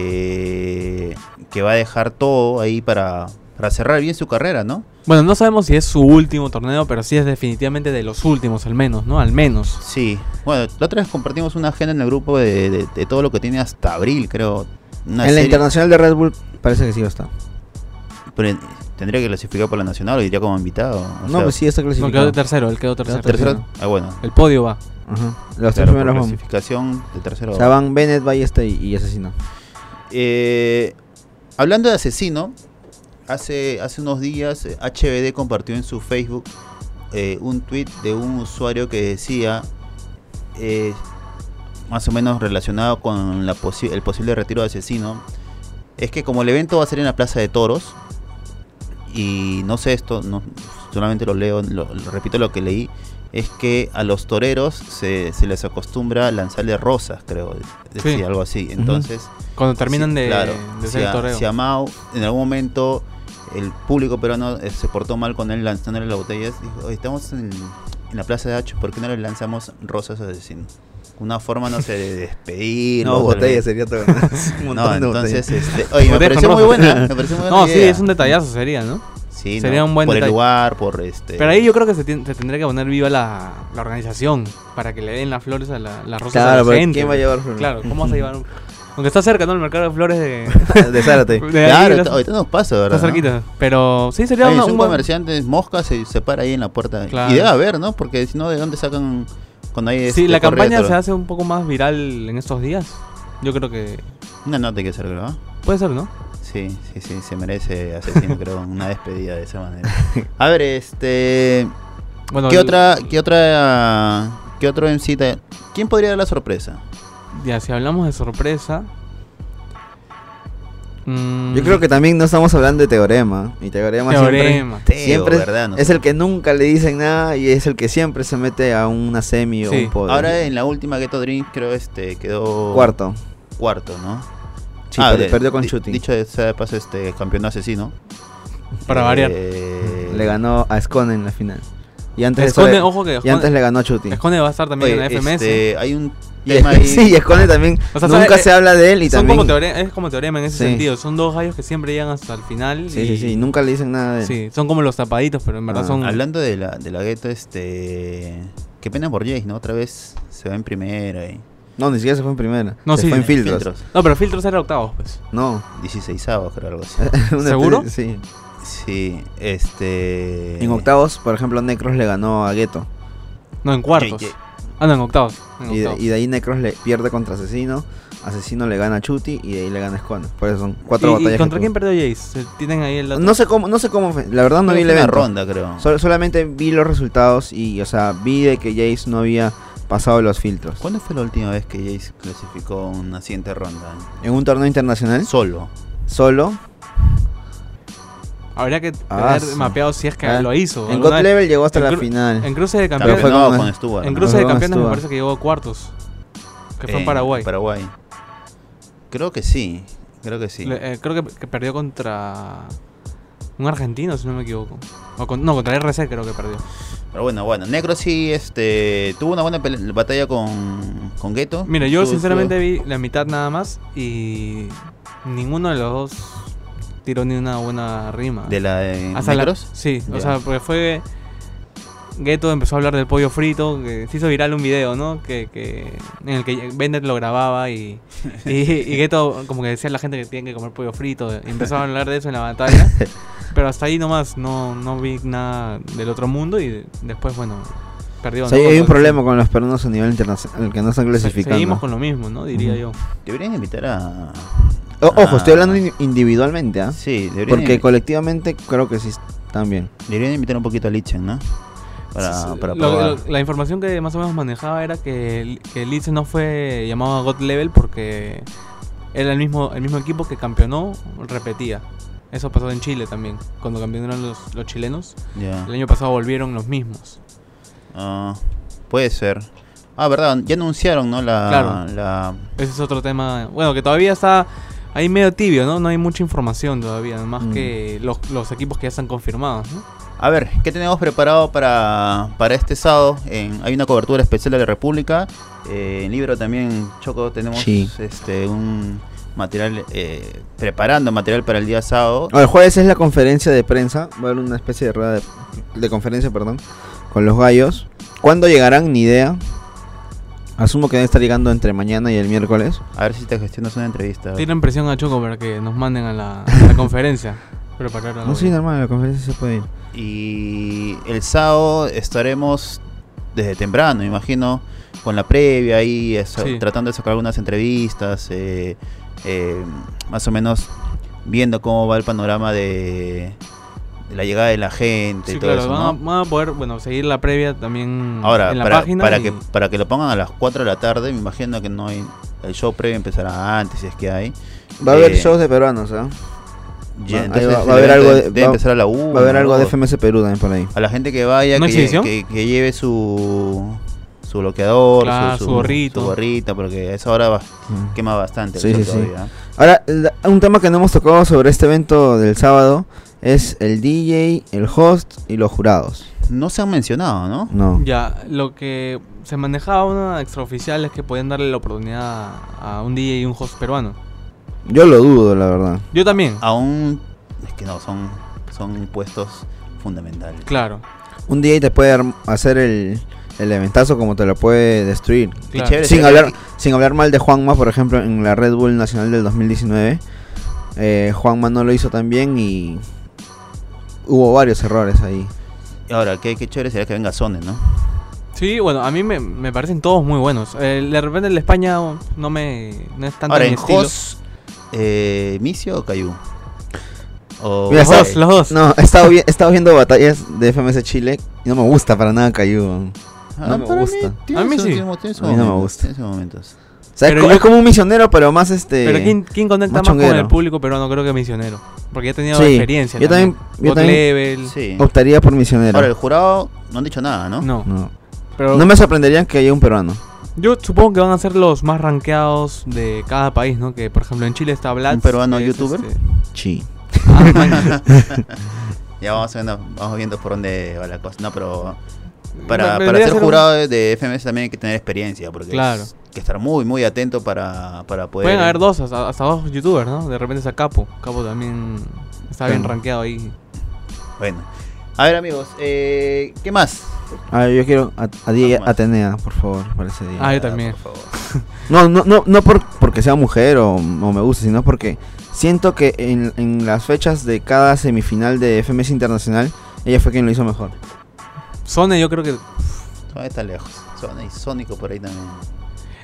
[SPEAKER 2] eh, que va a dejar todo ahí para, para cerrar bien su carrera, ¿no?
[SPEAKER 3] Bueno, no sabemos si es su último torneo, pero sí es definitivamente de los últimos, al menos, ¿no? Al menos.
[SPEAKER 2] Sí, bueno, la otra vez compartimos una agenda en el grupo de, de- de todo lo que tiene hasta abril, creo. Una
[SPEAKER 4] En la
[SPEAKER 2] serie,
[SPEAKER 4] internacional de Red Bull parece que sí va a estar.
[SPEAKER 2] pero en- tendría que clasificar por la nacional o iría como invitado. o
[SPEAKER 4] no,
[SPEAKER 2] sea,
[SPEAKER 4] pues sí está
[SPEAKER 3] No,
[SPEAKER 4] clasificado.
[SPEAKER 3] quedó tercero, él quedó tercero.
[SPEAKER 2] Tercero, ah, bueno.
[SPEAKER 3] El podio va.
[SPEAKER 4] Ajá. Los tres
[SPEAKER 2] claro, por
[SPEAKER 4] primeros van.
[SPEAKER 2] clasificación de tercero.
[SPEAKER 4] O sea, van Bennett, Ballesta y, y Asesino.
[SPEAKER 2] Eh, hablando de asesino, hace, hace unos días eh, HBD compartió en su Facebook eh, un tweet de un usuario que decía, eh, más o menos relacionado con la posi- el posible retiro de asesino, es que como el evento va a ser en la Plaza de Toros, y no sé esto, no, solamente lo leo, lo- lo repito lo que leí, es que a los toreros se, se les acostumbra lanzarle rosas, creo, decía
[SPEAKER 3] Sí.
[SPEAKER 2] algo así. Entonces,
[SPEAKER 3] Cuando terminan
[SPEAKER 2] Sí,
[SPEAKER 3] de,
[SPEAKER 2] claro.
[SPEAKER 3] de hacer
[SPEAKER 2] si
[SPEAKER 3] el
[SPEAKER 2] a-
[SPEAKER 3] toreo.
[SPEAKER 2] si a Mao, en algún momento, el público peruano eh, se portó mal con él lanzándole las botellas. Dijo, "Oye, estamos en, en la Plaza de Hacho, ¿por qué no le lanzamos rosas a asesino? Una forma, no sé, de
[SPEAKER 3] *laughs*
[SPEAKER 2] despedir. eh.
[SPEAKER 4] no, botella sería todo. *laughs* un
[SPEAKER 2] No,
[SPEAKER 4] montón de
[SPEAKER 2] entonces,
[SPEAKER 4] botellas.
[SPEAKER 3] *laughs*
[SPEAKER 2] este, oye, me
[SPEAKER 3] Botellas
[SPEAKER 2] pareció,
[SPEAKER 3] con
[SPEAKER 2] muy
[SPEAKER 3] rosas.
[SPEAKER 2] buena, me
[SPEAKER 3] *laughs*
[SPEAKER 2] pareció muy buena.
[SPEAKER 3] no, sí,
[SPEAKER 2] idea.
[SPEAKER 3] es un detallazo sería, ¿no?
[SPEAKER 2] Sí,
[SPEAKER 3] sería
[SPEAKER 2] ¿no?
[SPEAKER 3] un buen
[SPEAKER 2] Por el
[SPEAKER 3] detalle.
[SPEAKER 2] lugar, por este.
[SPEAKER 3] Pero ahí
[SPEAKER 2] *laughs*
[SPEAKER 3] yo creo que se, tien- se tendría que poner viva la, la organización para que le den las flores a la, las rosas a
[SPEAKER 4] Claro,
[SPEAKER 3] la
[SPEAKER 4] pero
[SPEAKER 3] gente.
[SPEAKER 4] ¿quién va a llevar flores?
[SPEAKER 3] Claro, ¿cómo vas a
[SPEAKER 2] *laughs*
[SPEAKER 3] llevar? un- Aunque está cerca, ¿no? El mercado de flores de,
[SPEAKER 4] de Zárate.
[SPEAKER 3] *laughs* de ahí,
[SPEAKER 2] Claro,
[SPEAKER 3] las-
[SPEAKER 2] está- ahorita nos pasa, ¿verdad?
[SPEAKER 3] está
[SPEAKER 2] no?
[SPEAKER 3] cerquita. Pero sí sería
[SPEAKER 2] Oye,
[SPEAKER 3] una,
[SPEAKER 2] es un
[SPEAKER 3] un buen-
[SPEAKER 2] comerciante, mosca, se, se para ahí en la puerta.
[SPEAKER 3] Claro.
[SPEAKER 2] Y debe haber, ¿no? Porque si no, ¿de dónde sacan cuando hay
[SPEAKER 3] Sí,
[SPEAKER 2] este corrida de
[SPEAKER 3] la campaña
[SPEAKER 2] toros?
[SPEAKER 3] se hace un poco más viral en estos días. Yo creo que
[SPEAKER 2] Una nota hay que hacer, ¿verdad?
[SPEAKER 3] puede ser, ¿no?
[SPEAKER 2] Sí, sí, sí, se merece Asesino, creo, una despedida de esa manera. A ver, este.
[SPEAKER 3] Bueno,
[SPEAKER 2] ¿Qué
[SPEAKER 3] el-
[SPEAKER 2] otra, qué otra, qué otro MC te- ¿Quién podría dar la sorpresa?
[SPEAKER 3] Ya, si hablamos de sorpresa. mm,
[SPEAKER 4] Yo creo que también no estamos hablando de teorema. Y teorema, siempre,
[SPEAKER 3] Teorema.
[SPEAKER 2] Teo,
[SPEAKER 4] siempre es-
[SPEAKER 2] ¿verdad? No
[SPEAKER 4] es
[SPEAKER 2] sé.
[SPEAKER 4] el que nunca le dicen nada y es el que siempre se mete a una semi o
[SPEAKER 3] Sí.
[SPEAKER 4] un podio.
[SPEAKER 2] Ahora en la última Ghetto Dream creo este quedó
[SPEAKER 4] cuarto.
[SPEAKER 2] cuarto, ¿no?
[SPEAKER 4] Sí, pero
[SPEAKER 2] Ah, de-
[SPEAKER 4] perdió con
[SPEAKER 2] di-
[SPEAKER 4] Chuti.
[SPEAKER 2] Dicho de sea de paso, este campeón asesino.
[SPEAKER 4] Eh,
[SPEAKER 3] Para variar.
[SPEAKER 2] Eh,
[SPEAKER 4] Le ganó a Escone en la final. Y antes,
[SPEAKER 3] Esconde,
[SPEAKER 4] le,
[SPEAKER 3] ojo que
[SPEAKER 4] y
[SPEAKER 3] Esconde-
[SPEAKER 4] antes le ganó a Chuti.
[SPEAKER 3] Esconde va a estar
[SPEAKER 2] oye,
[SPEAKER 3] también en la FMS.
[SPEAKER 2] este, hay
[SPEAKER 4] *laughs*
[SPEAKER 2] un
[SPEAKER 4] Y-
[SPEAKER 2] tema ahí.
[SPEAKER 4] sí, y Escone también.
[SPEAKER 3] O sea,
[SPEAKER 4] nunca
[SPEAKER 3] ¿sabes?
[SPEAKER 4] se habla de él y
[SPEAKER 3] Son
[SPEAKER 4] también.
[SPEAKER 3] como teore- es como teorema en ese
[SPEAKER 4] Sí.
[SPEAKER 3] sentido. Son dos gallos que siempre llegan hasta el final.
[SPEAKER 4] Sí,
[SPEAKER 3] y-
[SPEAKER 4] sí, sí. Nunca le dicen nada de él.
[SPEAKER 3] sí, son como los tapaditos, pero en verdad
[SPEAKER 4] Ah,
[SPEAKER 3] son.
[SPEAKER 2] Hablando de la, de la Ghetto, este. Qué pena por Jace, ¿no? Otra vez se va en primera y.
[SPEAKER 4] No, ni siquiera se fue en primera.
[SPEAKER 3] No,
[SPEAKER 4] se
[SPEAKER 3] sí,
[SPEAKER 4] fue en
[SPEAKER 3] en
[SPEAKER 4] filtros.
[SPEAKER 3] No, pero filtros era octavos, pues.
[SPEAKER 4] No. *laughs*
[SPEAKER 2] 16 avos, creo, algo
[SPEAKER 3] *laughs*
[SPEAKER 2] así.
[SPEAKER 4] Una
[SPEAKER 3] ¿Seguro?
[SPEAKER 4] tri- Sí.
[SPEAKER 2] Sí, este.
[SPEAKER 4] En octavos, por ejemplo, Necros le ganó a Ghetto.
[SPEAKER 3] No, en cuartos.
[SPEAKER 2] Ye- ye-
[SPEAKER 3] Ah, no, en octavos. en
[SPEAKER 4] Y de,
[SPEAKER 3] octavos.
[SPEAKER 4] y de ahí Necros le pierde contra Asesino. Asesino le gana a Chuti y de ahí le gana a Escone. Por eso son cuatro
[SPEAKER 3] ¿Y- y
[SPEAKER 4] batallas. que
[SPEAKER 3] contra
[SPEAKER 4] tuvo.
[SPEAKER 3] quién perdió Jace? Se- Tienen ahí el dato.
[SPEAKER 4] No sé cómo, no sé cómo fue. La verdad no
[SPEAKER 2] creo
[SPEAKER 4] vi el
[SPEAKER 2] que una
[SPEAKER 4] evento.
[SPEAKER 2] ronda, creo.
[SPEAKER 4] Sol- solamente vi los resultados y, o sea, vi de que Jace no había pasado los filtros.
[SPEAKER 2] ¿Cuándo fue la última vez que Jace clasificó una siguiente ronda?
[SPEAKER 4] En un torneo
[SPEAKER 3] ¿Eh?
[SPEAKER 4] internacional,
[SPEAKER 2] Solo.
[SPEAKER 4] solo.
[SPEAKER 3] Habría que
[SPEAKER 4] Ah,
[SPEAKER 3] tener
[SPEAKER 4] sí.
[SPEAKER 3] mapeado si es que
[SPEAKER 4] Ah,
[SPEAKER 3] lo hizo.
[SPEAKER 4] En
[SPEAKER 3] alguna
[SPEAKER 4] God
[SPEAKER 3] vez.
[SPEAKER 4] Level llegó hasta
[SPEAKER 3] en
[SPEAKER 4] la
[SPEAKER 3] cru-
[SPEAKER 4] final.
[SPEAKER 3] En cruce de
[SPEAKER 2] Pero
[SPEAKER 4] Pero
[SPEAKER 3] campeones.
[SPEAKER 4] fue
[SPEAKER 2] no,
[SPEAKER 4] como-
[SPEAKER 2] con Stuart.
[SPEAKER 3] en
[SPEAKER 2] ¿no?
[SPEAKER 3] cruce
[SPEAKER 4] Pero
[SPEAKER 3] de
[SPEAKER 4] no
[SPEAKER 3] campeones me
[SPEAKER 4] estuvo.
[SPEAKER 3] parece que llegó a cuartos. Que
[SPEAKER 2] Eh,
[SPEAKER 3] fue en Paraguay.
[SPEAKER 2] Paraguay. Creo que sí. Creo que sí.
[SPEAKER 3] Le- eh, creo que, que perdió contra un argentino, si no me equivoco. O con- no, contra RC creo que perdió.
[SPEAKER 2] Pero bueno, bueno. Necro sí este, tuvo una buena pele- batalla con, con Ghetto.
[SPEAKER 3] Mira, yo
[SPEAKER 2] Tuvo-
[SPEAKER 3] sinceramente
[SPEAKER 2] tuvo-
[SPEAKER 3] vi la mitad nada más y ninguno de los dos tiró ni una buena rima.
[SPEAKER 2] De la de
[SPEAKER 3] Hasta la-
[SPEAKER 2] Necros.
[SPEAKER 3] Sí, o
[SPEAKER 2] Ya.
[SPEAKER 3] sea, porque fue... Ghetto empezó a hablar del pollo frito, que se hizo viral un video, ¿no? Que, que- en el que Bennett lo grababa y, y, y Ghetto como que decía a la gente que tienen que comer pollo frito. Y empezaron a hablar de eso en la batalla. Pero hasta ahí nomás no, no vi nada del otro mundo y después, bueno, perdió.
[SPEAKER 4] O sea,
[SPEAKER 3] ¿no?
[SPEAKER 4] hay un
[SPEAKER 3] Contra-
[SPEAKER 4] problema con los peruanos a nivel internacional, que no están
[SPEAKER 3] se-
[SPEAKER 4] clasificando.
[SPEAKER 3] Seguimos con lo mismo, ¿no? Diría
[SPEAKER 4] Ujú.
[SPEAKER 3] yo.
[SPEAKER 2] Deberían invitar a.
[SPEAKER 4] O- ojo,
[SPEAKER 2] Ah.
[SPEAKER 4] estoy hablando in- individualmente, ¿ah?
[SPEAKER 2] Sí, deberían,
[SPEAKER 4] Porque colectivamente creo que sí están bien.
[SPEAKER 2] deberían invitar un poquito a Lichen, ¿no?
[SPEAKER 3] Sí,
[SPEAKER 2] Para,
[SPEAKER 3] sí.
[SPEAKER 2] para
[SPEAKER 3] Lo-
[SPEAKER 2] probar.
[SPEAKER 3] lo- la información que más o menos manejaba era que, que Leeds no fue llamado a God Level porque era el mismo, el mismo equipo que campeonó, repetía. Eso pasó en Chile también. Cuando campeonaron los, los chilenos,
[SPEAKER 2] Ya.
[SPEAKER 3] el año pasado volvieron los mismos.
[SPEAKER 2] Ah, puede ser. Ah, verdad, ya anunciaron, ¿no? La,
[SPEAKER 3] Claro.
[SPEAKER 2] la-
[SPEAKER 3] Ese es otro tema, bueno, que todavía está ahí medio tibio, ¿no? No hay mucha información todavía, más
[SPEAKER 4] Mm.
[SPEAKER 3] que los, los equipos que ya están confirmados, ¿no?
[SPEAKER 2] A ver, ¿qué tenemos preparado para, para este sábado? En- hay una cobertura especial de la República. Eh, en Libro también, Choco, tenemos
[SPEAKER 4] Sí.
[SPEAKER 2] este un material, eh, preparando material para el día sábado.
[SPEAKER 4] Ahora, el jueves es la conferencia de prensa. Va a haber una especie de rueda de, de conferencia, perdón, con los gallos. ¿Cuándo llegarán? Ni idea. Asumo que deben estar llegando entre mañana y el miércoles.
[SPEAKER 2] A ver si te gestionas una entrevista.
[SPEAKER 3] Tienen presión a Choco para que nos manden a la, a la conferencia. Preparar algo.
[SPEAKER 4] No, sí, normal, la conferencia se puede ir.
[SPEAKER 2] Y el sábado estaremos desde temprano, me imagino, con la previa ahí, eso,
[SPEAKER 3] Sí.
[SPEAKER 2] tratando de sacar algunas entrevistas, eh, eh, más o menos viendo cómo va el panorama de, de la llegada de la gente
[SPEAKER 3] Sí,
[SPEAKER 2] y todo
[SPEAKER 3] claro,
[SPEAKER 2] eso.
[SPEAKER 3] van, a,
[SPEAKER 2] ¿no?
[SPEAKER 3] van a poder, bueno, seguir la previa también
[SPEAKER 2] Ahora,
[SPEAKER 3] en la
[SPEAKER 2] para,
[SPEAKER 3] página.
[SPEAKER 2] para
[SPEAKER 3] y-
[SPEAKER 2] que, para que lo pongan a las 4 de la tarde, me imagino que no hay. El show previo empezará antes, si es que hay.
[SPEAKER 4] Va a haber
[SPEAKER 2] Eh,
[SPEAKER 4] shows de peruanos, ¿ah?
[SPEAKER 2] Ya,
[SPEAKER 4] ahí
[SPEAKER 2] entonces
[SPEAKER 4] va- va
[SPEAKER 2] el
[SPEAKER 4] a haber
[SPEAKER 2] evento
[SPEAKER 4] algo de-
[SPEAKER 2] debe- debe
[SPEAKER 4] va-
[SPEAKER 2] empezar a la 1.
[SPEAKER 4] Va a haber algo de FMS Perú también por ahí.
[SPEAKER 2] A la gente que vaya,
[SPEAKER 3] ¿Una
[SPEAKER 2] que, lle-
[SPEAKER 3] exhibición?
[SPEAKER 2] que, que lleve su, su bloqueador,
[SPEAKER 3] Claro, su gorrito.
[SPEAKER 2] su gorrita, porque a esa hora va- quema bastante. el
[SPEAKER 4] Sí,
[SPEAKER 2] sol
[SPEAKER 4] sí, sí.
[SPEAKER 2] todavía. ¿eh?
[SPEAKER 4] Ahora, la- un tema que no hemos tocado sobre este evento del sábado es el DJ, el host y los jurados.
[SPEAKER 2] No se han mencionado, ¿no?
[SPEAKER 4] No.
[SPEAKER 3] Ya, lo que se manejaba una extraoficial es que podían darle la oportunidad a, a un DJ y un host peruano.
[SPEAKER 4] Yo lo dudo, la verdad.
[SPEAKER 3] Yo también,
[SPEAKER 2] Ah. Aún, es que no, son, son puestos fundamentales.
[SPEAKER 3] claro.
[SPEAKER 4] Un DJ te puede arm- hacer el, el eventazo como te lo puede destruir.
[SPEAKER 2] Y
[SPEAKER 3] Claro.
[SPEAKER 2] chévere
[SPEAKER 4] Sin
[SPEAKER 2] sería
[SPEAKER 4] hablar, sin hablar mal de Juanma, por ejemplo, en la Red Bull Nacional del 2019. Eh, Juanma no lo hizo tan bien y hubo varios errores ahí.
[SPEAKER 2] que- ahora, qué, qué chévere sería que venga Sone, ¿no?
[SPEAKER 3] Sí, bueno, a mí me, me parecen todos muy buenos. El- de repente el de España oh, no me no es tanto
[SPEAKER 2] Ahora,
[SPEAKER 3] mi
[SPEAKER 2] en
[SPEAKER 3] estilo.
[SPEAKER 2] Jos, eh, ¿Micio o Cayu? O-
[SPEAKER 4] Mira,
[SPEAKER 3] Los
[SPEAKER 4] está-
[SPEAKER 3] dos, los dos.
[SPEAKER 4] *laughs* No, he estado, vi- he estado viendo batallas de FMS Chile y no me gusta para nada Cayu.
[SPEAKER 2] Ah,
[SPEAKER 4] no me
[SPEAKER 2] para
[SPEAKER 4] gusta.
[SPEAKER 2] tiene
[SPEAKER 3] A mí
[SPEAKER 2] su-
[SPEAKER 3] sí.
[SPEAKER 2] tiene- tiene su
[SPEAKER 4] A mí no me
[SPEAKER 2] momento,
[SPEAKER 4] gusta.
[SPEAKER 2] tiene sus momentos.
[SPEAKER 4] O sea, es,
[SPEAKER 3] Pero
[SPEAKER 4] co-
[SPEAKER 3] yo-
[SPEAKER 4] es como un misionero, pero más este.
[SPEAKER 2] eh,
[SPEAKER 3] Pero ¿quién, quién conecta
[SPEAKER 4] más
[SPEAKER 3] más con el
[SPEAKER 4] chonguero.
[SPEAKER 3] público peruano? Creo que Misionero. Porque ya tenía
[SPEAKER 4] Sí,
[SPEAKER 3] experiencia.
[SPEAKER 4] yo también- yo
[SPEAKER 3] God
[SPEAKER 4] también-
[SPEAKER 3] Level.
[SPEAKER 2] Sí.
[SPEAKER 4] optaría por misionero?
[SPEAKER 2] Ahora, el jurado no han dicho nada, ¿no?
[SPEAKER 3] No,
[SPEAKER 4] no.
[SPEAKER 3] pero
[SPEAKER 4] No me sorprendería que haya un peruano.
[SPEAKER 3] yo supongo que van a ser los más rankeados de cada país, ¿no? Que por ejemplo en Chile está Blatz.
[SPEAKER 2] ¿Un peruano
[SPEAKER 3] que es,
[SPEAKER 2] youtuber?
[SPEAKER 3] este-
[SPEAKER 4] Sí.
[SPEAKER 3] Ah, man.
[SPEAKER 2] *laughs* Ya vamos viendo, vamos viendo por dónde va la cosa. No, pero para,
[SPEAKER 3] Me-
[SPEAKER 2] para
[SPEAKER 3] debería
[SPEAKER 2] ser
[SPEAKER 3] un-
[SPEAKER 2] jurado de- de FMS también hay que tener experiencia. Porque
[SPEAKER 3] Claro.
[SPEAKER 2] es- hay que estar muy, muy atento para, para poder.
[SPEAKER 3] Pueden haber dos, hasta, hasta dos youtubers, ¿no? De repente está Capo. Capo también está bien
[SPEAKER 4] Claro.
[SPEAKER 3] rankeado ahí.
[SPEAKER 2] Bueno. A ver, amigos, eh, ¿qué más?
[SPEAKER 4] A ver, yo quiero a, a Diego
[SPEAKER 2] Vamos.
[SPEAKER 4] Atenea, por favor, para ese día.
[SPEAKER 3] Ah, yo también.
[SPEAKER 2] Por favor.
[SPEAKER 4] No, no, no, no por, porque sea mujer o, o me guste, sino porque siento que en, en las fechas de cada semifinal de FMS Internacional, ella fue quien lo hizo mejor.
[SPEAKER 3] Sone yo creo que... eh,
[SPEAKER 2] Sonic está lejos. Sonic, Sónico por ahí también.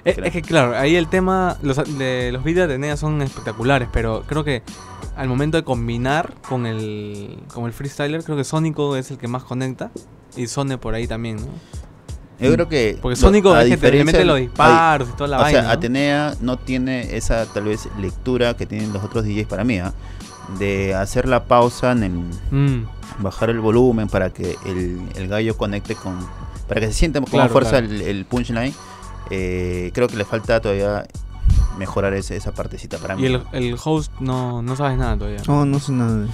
[SPEAKER 3] Es,
[SPEAKER 2] Creo.
[SPEAKER 3] es que claro, ahí el tema... Los, a- de, los vídeos de Nea son espectaculares, pero creo que al momento de combinar con el, con el freestyler, creo que Sónico es el que más conecta. Y Sone por ahí también, ¿no?
[SPEAKER 2] Yo creo que.
[SPEAKER 3] Porque
[SPEAKER 2] lo-
[SPEAKER 3] Sónico
[SPEAKER 2] a
[SPEAKER 3] es que te- le
[SPEAKER 2] diferencia
[SPEAKER 3] mete
[SPEAKER 2] del-
[SPEAKER 3] los disparos y toda la
[SPEAKER 2] o
[SPEAKER 3] vaina.
[SPEAKER 2] sea,
[SPEAKER 3] ¿no?
[SPEAKER 2] Atenea no tiene esa tal vez lectura que tienen los otros DJs para mí, ¿ah? de hacer la pausa en el,
[SPEAKER 3] Mm,
[SPEAKER 2] bajar el volumen para que el, el gallo conecte con. para que se sienta con
[SPEAKER 3] Claro,
[SPEAKER 2] fuerza
[SPEAKER 3] claro.
[SPEAKER 2] el, el punchline. Eh, creo que le falta todavía mejorar ese- esa partecita para mí.
[SPEAKER 3] Y el, el host no, no sabes nada todavía.
[SPEAKER 4] No, no sé nada de eso.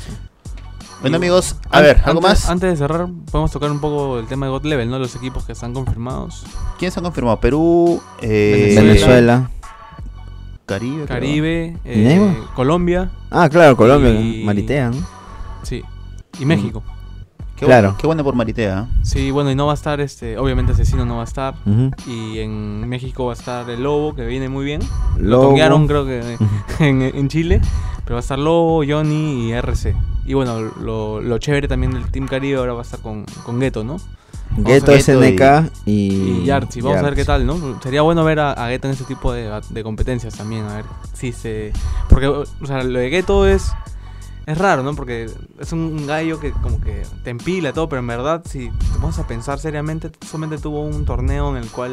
[SPEAKER 2] Bueno, amigos, Oh. a
[SPEAKER 3] An-
[SPEAKER 2] ver, ¿algo
[SPEAKER 3] antes-
[SPEAKER 2] más?
[SPEAKER 3] Antes de cerrar, podemos tocar un poco el tema de God Level, ¿no? Los equipos que están confirmados.
[SPEAKER 2] ¿Quién se ha confirmado? Perú, eh,
[SPEAKER 3] Venezuela.
[SPEAKER 4] Venezuela.
[SPEAKER 2] Caribe. creo.
[SPEAKER 3] Caribe,
[SPEAKER 4] ¿Y
[SPEAKER 3] eh,
[SPEAKER 4] Neymar?
[SPEAKER 3] Colombia,
[SPEAKER 4] Ah, claro, Colombia,
[SPEAKER 3] Y-
[SPEAKER 4] Maritea, ¿no?
[SPEAKER 3] sí, y
[SPEAKER 2] Mm.
[SPEAKER 3] México.
[SPEAKER 2] Qué,
[SPEAKER 4] Claro.
[SPEAKER 2] bueno, qué bueno por Maritea. ¿eh?
[SPEAKER 3] Sí, bueno, y no va a estar este, obviamente Asesino no va a estar.
[SPEAKER 2] Mm.
[SPEAKER 4] Ujú.
[SPEAKER 3] Y en México va a estar el Lobo, que viene muy bien. Lo
[SPEAKER 4] Lobo.
[SPEAKER 3] tonguearon, creo que *laughs* en, en Chile. Pero va a estar Lobo, Johnny y RC. Y bueno, lo, lo chévere también del Team Caribe ahora va a estar con, con Gueto, ¿no?
[SPEAKER 4] Gueto,
[SPEAKER 2] Vamos a-
[SPEAKER 4] SNK y...
[SPEAKER 2] Mm,
[SPEAKER 3] Y Yartzi. Vamos a ver
[SPEAKER 4] Yartzi.
[SPEAKER 3] qué tal, ¿no? Sería bueno ver a, a Gueto en este tipo de, de competencias también. A ver si se. Porque, o sea, lo de Gueto es. Es raro, ¿no? Porque es un gallo que como que te empila todo, pero en verdad, si te vas a pensar seriamente, solamente tuvo un torneo en el cual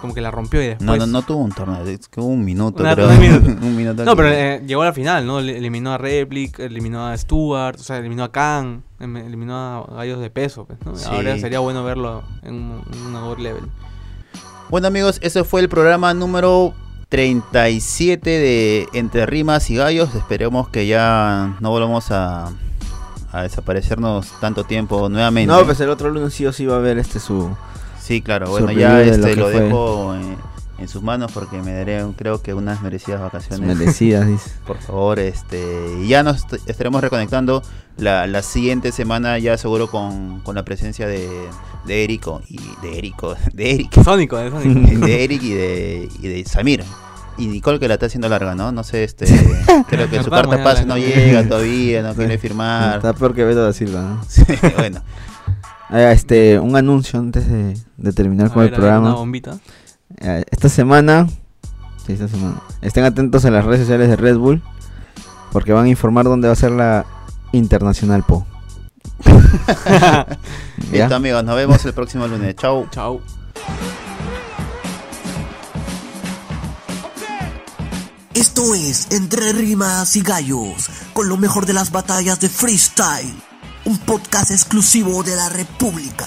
[SPEAKER 3] como que la rompió y después...
[SPEAKER 2] No, no, no tuvo un torneo, es que hubo un minuto. *laughs*
[SPEAKER 3] Pues- Una-
[SPEAKER 2] creo.
[SPEAKER 3] un minuto.
[SPEAKER 2] un minuto
[SPEAKER 3] No, pero
[SPEAKER 2] que-
[SPEAKER 3] eh, llegó a la final, ¿no? Le- Eliminó a Replic, eliminó a Stewart, o sea, eliminó a Khan, em- eliminó a gallos de peso, pues, ¿no?
[SPEAKER 2] Sí.
[SPEAKER 3] Ahora sería bueno verlo en un, en un God level.
[SPEAKER 2] Bueno amigos, ese fue el programa número 37 de Entre Rimas y Gallos. Esperemos que ya no volvamos a, a desaparecernos tanto tiempo nuevamente.
[SPEAKER 4] No, pues el otro lunes sí o sí va a ver este su...
[SPEAKER 2] sí, claro, bueno,
[SPEAKER 4] Sorprendido
[SPEAKER 2] ya
[SPEAKER 4] de
[SPEAKER 2] este,
[SPEAKER 4] lo
[SPEAKER 2] lo,
[SPEAKER 4] que fue.
[SPEAKER 2] dejo eh, en, sus manos porque me daré creo que unas merecidas
[SPEAKER 4] Sus
[SPEAKER 2] vacaciones.
[SPEAKER 4] merecidas, dice.
[SPEAKER 2] *laughs* Por favor, este, y ya nos est- estaremos reconectando la, la siguiente semana ya seguro con, con la presencia de, de Erico y de Erico, *laughs* de Eric.
[SPEAKER 3] Sónico, eh, Sónico.
[SPEAKER 4] *laughs*
[SPEAKER 2] de Eric y de, y de Samir. Y Nicole que la está haciendo larga, ¿no? No sé,
[SPEAKER 4] *laughs*
[SPEAKER 2] este. creo que su
[SPEAKER 3] Estamos
[SPEAKER 2] carta
[SPEAKER 3] ya
[SPEAKER 2] pase
[SPEAKER 3] larga.
[SPEAKER 2] no llega todavía, no quiere firmar.
[SPEAKER 4] Está peor que Beto da Silva, ¿no?
[SPEAKER 2] *laughs* Sí, bueno,
[SPEAKER 4] Ah, este, un anuncio antes de, de terminar
[SPEAKER 3] A
[SPEAKER 4] con
[SPEAKER 3] ver,
[SPEAKER 4] el
[SPEAKER 3] a ver, Una
[SPEAKER 4] programa.
[SPEAKER 3] bombita.
[SPEAKER 4] Ah, Esta semana, sí, esta semana, estén atentos a las redes sociales de Red Bull porque van a informar dónde va a ser la Internacional Po. *laughs* ¿Ya?
[SPEAKER 2] listo amigos, nos vemos el próximo lunes. Chau.
[SPEAKER 3] Chao.
[SPEAKER 1] Esto es Entre Rimas y Gallos, con lo mejor de las batallas de freestyle, un podcast exclusivo de la República.